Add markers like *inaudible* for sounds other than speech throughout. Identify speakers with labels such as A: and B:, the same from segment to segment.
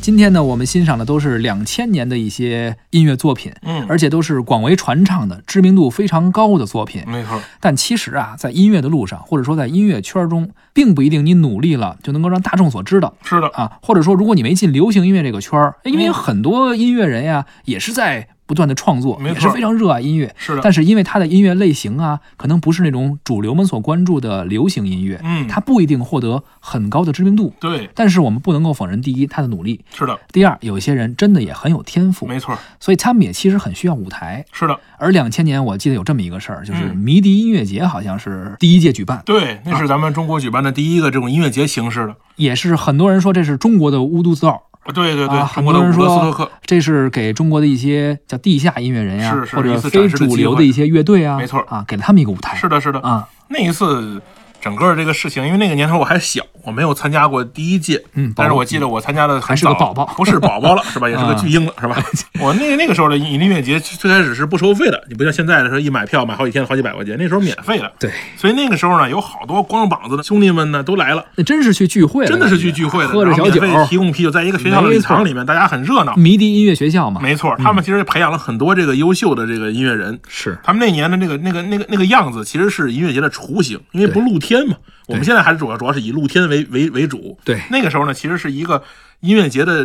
A: 今天呢，我们欣赏的都是两千年的一些音乐作品，
B: 嗯，
A: 而且都是广为传唱的、知名度非常高的作品。
B: 没错，
A: 但其实啊，在音乐的路上，或者说在音乐圈中，并不一定你努力了就能够让大众所知道
B: 是的，
A: 啊。或者说，如果你没进流行音乐这个圈儿，因为有
B: 嗯
A: 很多音乐人呀，也是在不断的创作，
B: 没
A: 也
B: 错
A: 是非常热爱音乐。
B: 是的，
A: 但是因为他的音乐类型啊，可能不是那种主流们所关注的流行音乐，
B: 嗯，
A: 他不一定获得很高的知名度。
B: 对，
A: 但是我们不能够否认，第一，他的努力；
B: 是的，
A: 第二，有一些人真的也很有天赋，
B: 没错，
A: 所以他们也其实很需要舞台。
B: 是的，
A: 而两千年，我记得有这么一个事儿，就是
B: 嗯
A: 迷笛音乐节好像是第一届举办，
B: 对，那是咱们中国举办的第一个这种音乐节形式的，
A: 也是很多人说这是中国的乌都兹奥，
B: 啊对对
A: 啊
B: 对，
A: 很
B: 中国
A: 多
B: 的
A: 人
B: 伍德斯
A: 说
B: 托克，
A: 这是给中国的一些叫地下音乐人呀，
B: 是是
A: 或者
B: 一次
A: 非
B: 展示的
A: 主
B: 机
A: 流
B: 会
A: 的一些乐队啊，
B: 没错
A: 啊，给了他们一个舞台。
B: 是的，是的，
A: 啊，
B: 那一次整个这个事情，因为那个年头我还小，我没有参加过第一届，
A: 嗯
B: 但是
A: 宝
B: 我记得我参加的很
A: 还是个
B: 早
A: 宝宝啊
B: 不是宝宝了，
A: *laughs*
B: 是吧？也是个巨婴了，是吧？我那那个时候的音乐节最开始是不收费的，你不像现在的时候一买票买好几天好几百块钱，那时候免费的，
A: 对，
B: 所以那个时候呢，有好多光着膀子的兄弟们呢都来了。
A: 那真是去聚会了，
B: 真的是去
A: 感觉
B: 聚会的，
A: 喝着
B: 然后
A: 小
B: 免
A: 酒，
B: 费提供啤酒，在一个学校的
A: 没
B: 礼
A: 错嗯
B: 堂里面，大家很热闹。
A: 迷笛音乐学校嘛，
B: 没错，他们其实培养了很多这个优秀的这个音乐人，
A: 是
B: 他们那年的那个那个那个那个样子，其实是音乐节的雏形，因为不露天嘛。我们现在还是主要主要是以露天为为为主。
A: 对
B: 那个时候呢，其实是一个音乐节的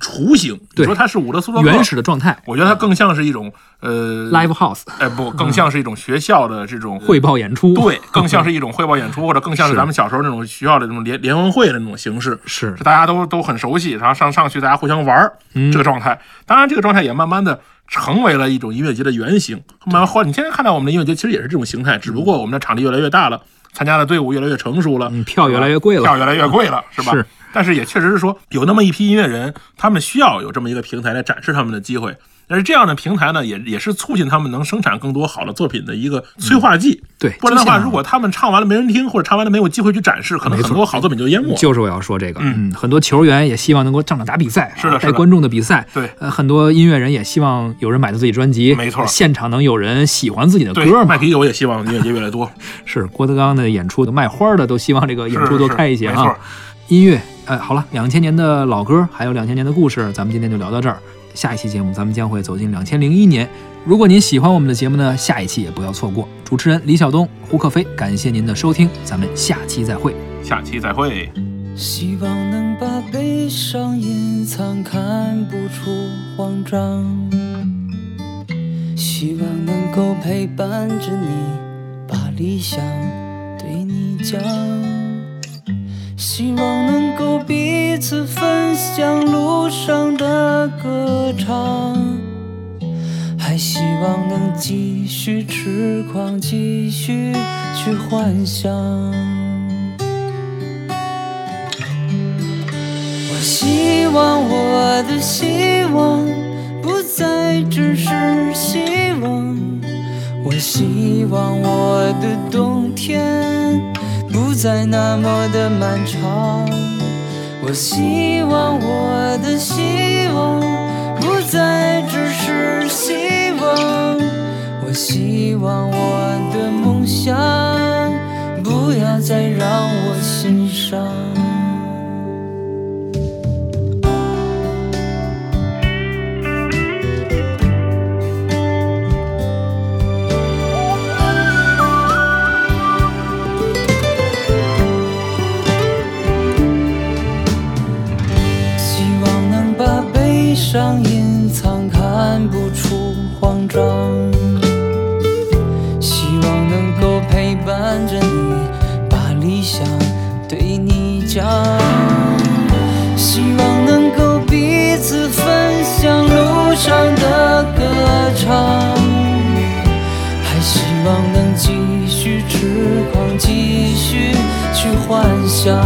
B: 雏形。
A: 对
B: 你说它是伍德斯托克
A: 原，始的状态
B: 我觉得它更像是一种呃
A: ，live house
B: 哎不，更像是一种学校的这种
A: 汇报演出，
B: 对，更像是一种汇报演出，或者更像是咱们小时候那种学校的那种联联欢会的那种
A: *laughs*
B: 形式。
A: 是
B: 是大家都都很熟悉，然后上上去大家互相玩儿、
A: 嗯
B: 这个状态。当然，这个状态也慢慢的成为了一种音乐节的原型。慢慢后，你现在看到我们的音乐节其实也是这种形态，只不过我们的场地越来越大了，参加的队伍越来越成熟了，
A: 嗯票越来越贵了
B: 票越来越贵了，是吧？
A: 是
B: 但是也确实是说，有那么一批音乐人，他们需要有这么一个平台来展示他们的机会。但是这样的平台呢，也也是促进他们能生产更多好的作品的一个催化剂。
A: 对
B: 不然的
A: 就
B: 话，
A: 像
B: 如果他们唱完了没人听，或者唱完了没有机会去展示，可能很多好作品就淹没了。
A: 就是我要说这个，
B: 嗯
A: 嗯，很多球员也希望能够上场打比赛，
B: 是的
A: 啊
B: 是
A: 带
B: 的
A: 观众的比赛，
B: 对
A: 呃，很多音乐人也希望有人买到自己专辑，
B: 没错
A: 现场能有人喜欢自己的
B: 对，
A: 歌嘛
B: 卖？啤酒也希望音乐节越来越多。
A: 是郭德纲的演出，卖花的都希望这个演出多开一些
B: 是是
A: 啊
B: 没错。
A: 音乐，呃，好了，两千年的老歌，还有两千年的故事，咱们今天就聊到这儿。下一期节目咱们将会走进两千零一年。如果您喜欢我们的节目呢，下一期也不要错过。主持人李晓东、胡克飞，感谢您的收听，咱们下期再会。
B: 下期再会。
C: 希望能把悲伤隐藏，看不出慌张。希望能够陪伴着你，把理想对你讲。希望能够彼此分享路上的歌唱，还希望能继续痴狂，继续去幻想。我希望我的希望不再只是希望，我希望我的冬天不再那么的漫长。我希望我的希望不再只是希望，我希望我的梦想不要再让我心伤。希望能把悲伤隐藏，看不出慌张。希望能够陪伴着你，把理想对你讲。希望能够彼此分享路上的歌唱，还希望能继续痴狂，继续去幻想。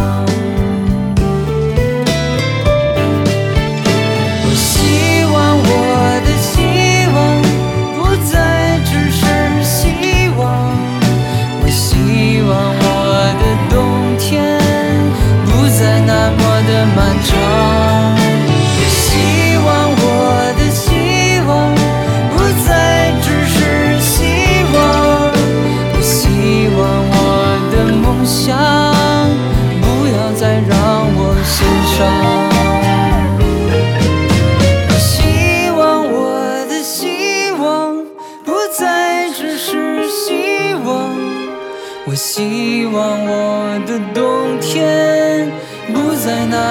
C: 我希望我的希望不再只是希望，我希望我的冬天不再那么的漫长。我希望我的希望不再只是希望，我希望我的梦想不要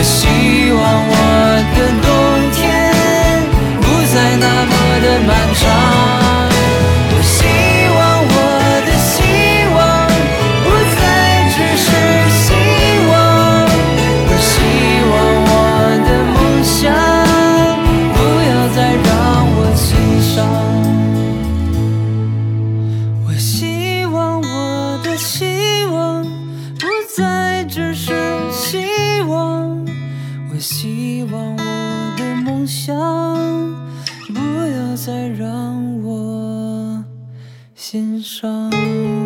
C: 希望我的冬天不再那么的漫长。我希望我的希望不再只是希望。我希望我的梦想不要再让我心伤。我希望我的希望不再只是希望，我希望我的梦想不要再让我心伤。